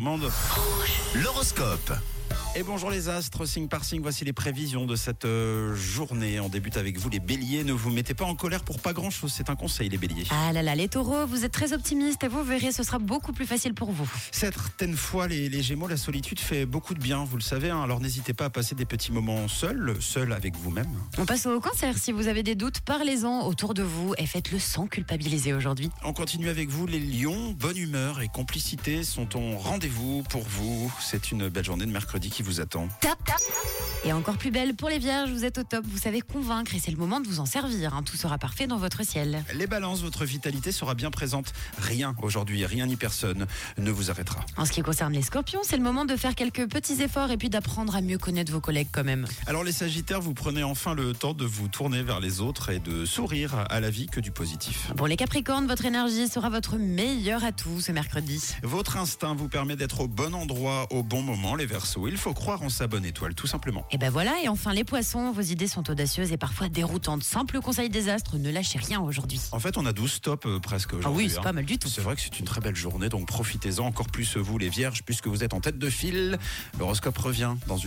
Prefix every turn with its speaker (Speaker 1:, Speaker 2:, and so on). Speaker 1: Monde. L'horoscope. Et bonjour les astres, signe par signe, voici les prévisions de cette euh, journée. On débute avec vous les béliers, ne vous mettez pas en colère pour pas grand chose, c'est un conseil les béliers.
Speaker 2: Ah là là, les taureaux, vous êtes très optimistes et vous verrez, ce sera beaucoup plus facile pour vous.
Speaker 1: Certaines fois les, les gémeaux, la solitude fait beaucoup de bien, vous le savez, hein. alors n'hésitez pas à passer des petits moments seuls, seuls avec vous-même.
Speaker 2: On passe au cancer. Si vous avez des doutes, parlez-en autour de vous et faites-le sans culpabiliser aujourd'hui.
Speaker 1: On continue avec vous les lions, bonne humeur et complicité sont au rendez-vous pour vous. C'est une belle journée de mercredi qui vous attend.
Speaker 2: Tap, tap. Et encore plus belle pour les vierges, vous êtes au top, vous savez convaincre et c'est le moment de vous en servir. hein. Tout sera parfait dans votre ciel.
Speaker 1: Les balances, votre vitalité sera bien présente. Rien aujourd'hui, rien ni personne ne vous arrêtera.
Speaker 2: En ce qui concerne les scorpions, c'est le moment de faire quelques petits efforts et puis d'apprendre à mieux connaître vos collègues quand même.
Speaker 1: Alors les Sagittaires, vous prenez enfin le temps de vous tourner vers les autres et de sourire à la vie que du positif.
Speaker 2: Pour les capricornes, votre énergie sera votre meilleur atout ce mercredi.
Speaker 1: Votre instinct vous permet d'être au bon endroit au bon moment, les Verseaux. Il faut croire en sa bonne étoile, tout simplement.
Speaker 2: Et ben voilà, et enfin les poissons, vos idées sont audacieuses et parfois déroutantes. Simple conseil des astres, ne lâchez rien aujourd'hui.
Speaker 1: En fait, on a 12 tops euh, presque
Speaker 2: Ah
Speaker 1: aujourd'hui.
Speaker 2: oui, c'est
Speaker 1: hein.
Speaker 2: pas mal du tout.
Speaker 1: C'est vrai que c'est une très belle journée, donc profitez-en encore plus vous les Vierges, puisque vous êtes en tête de file. L'horoscope revient dans une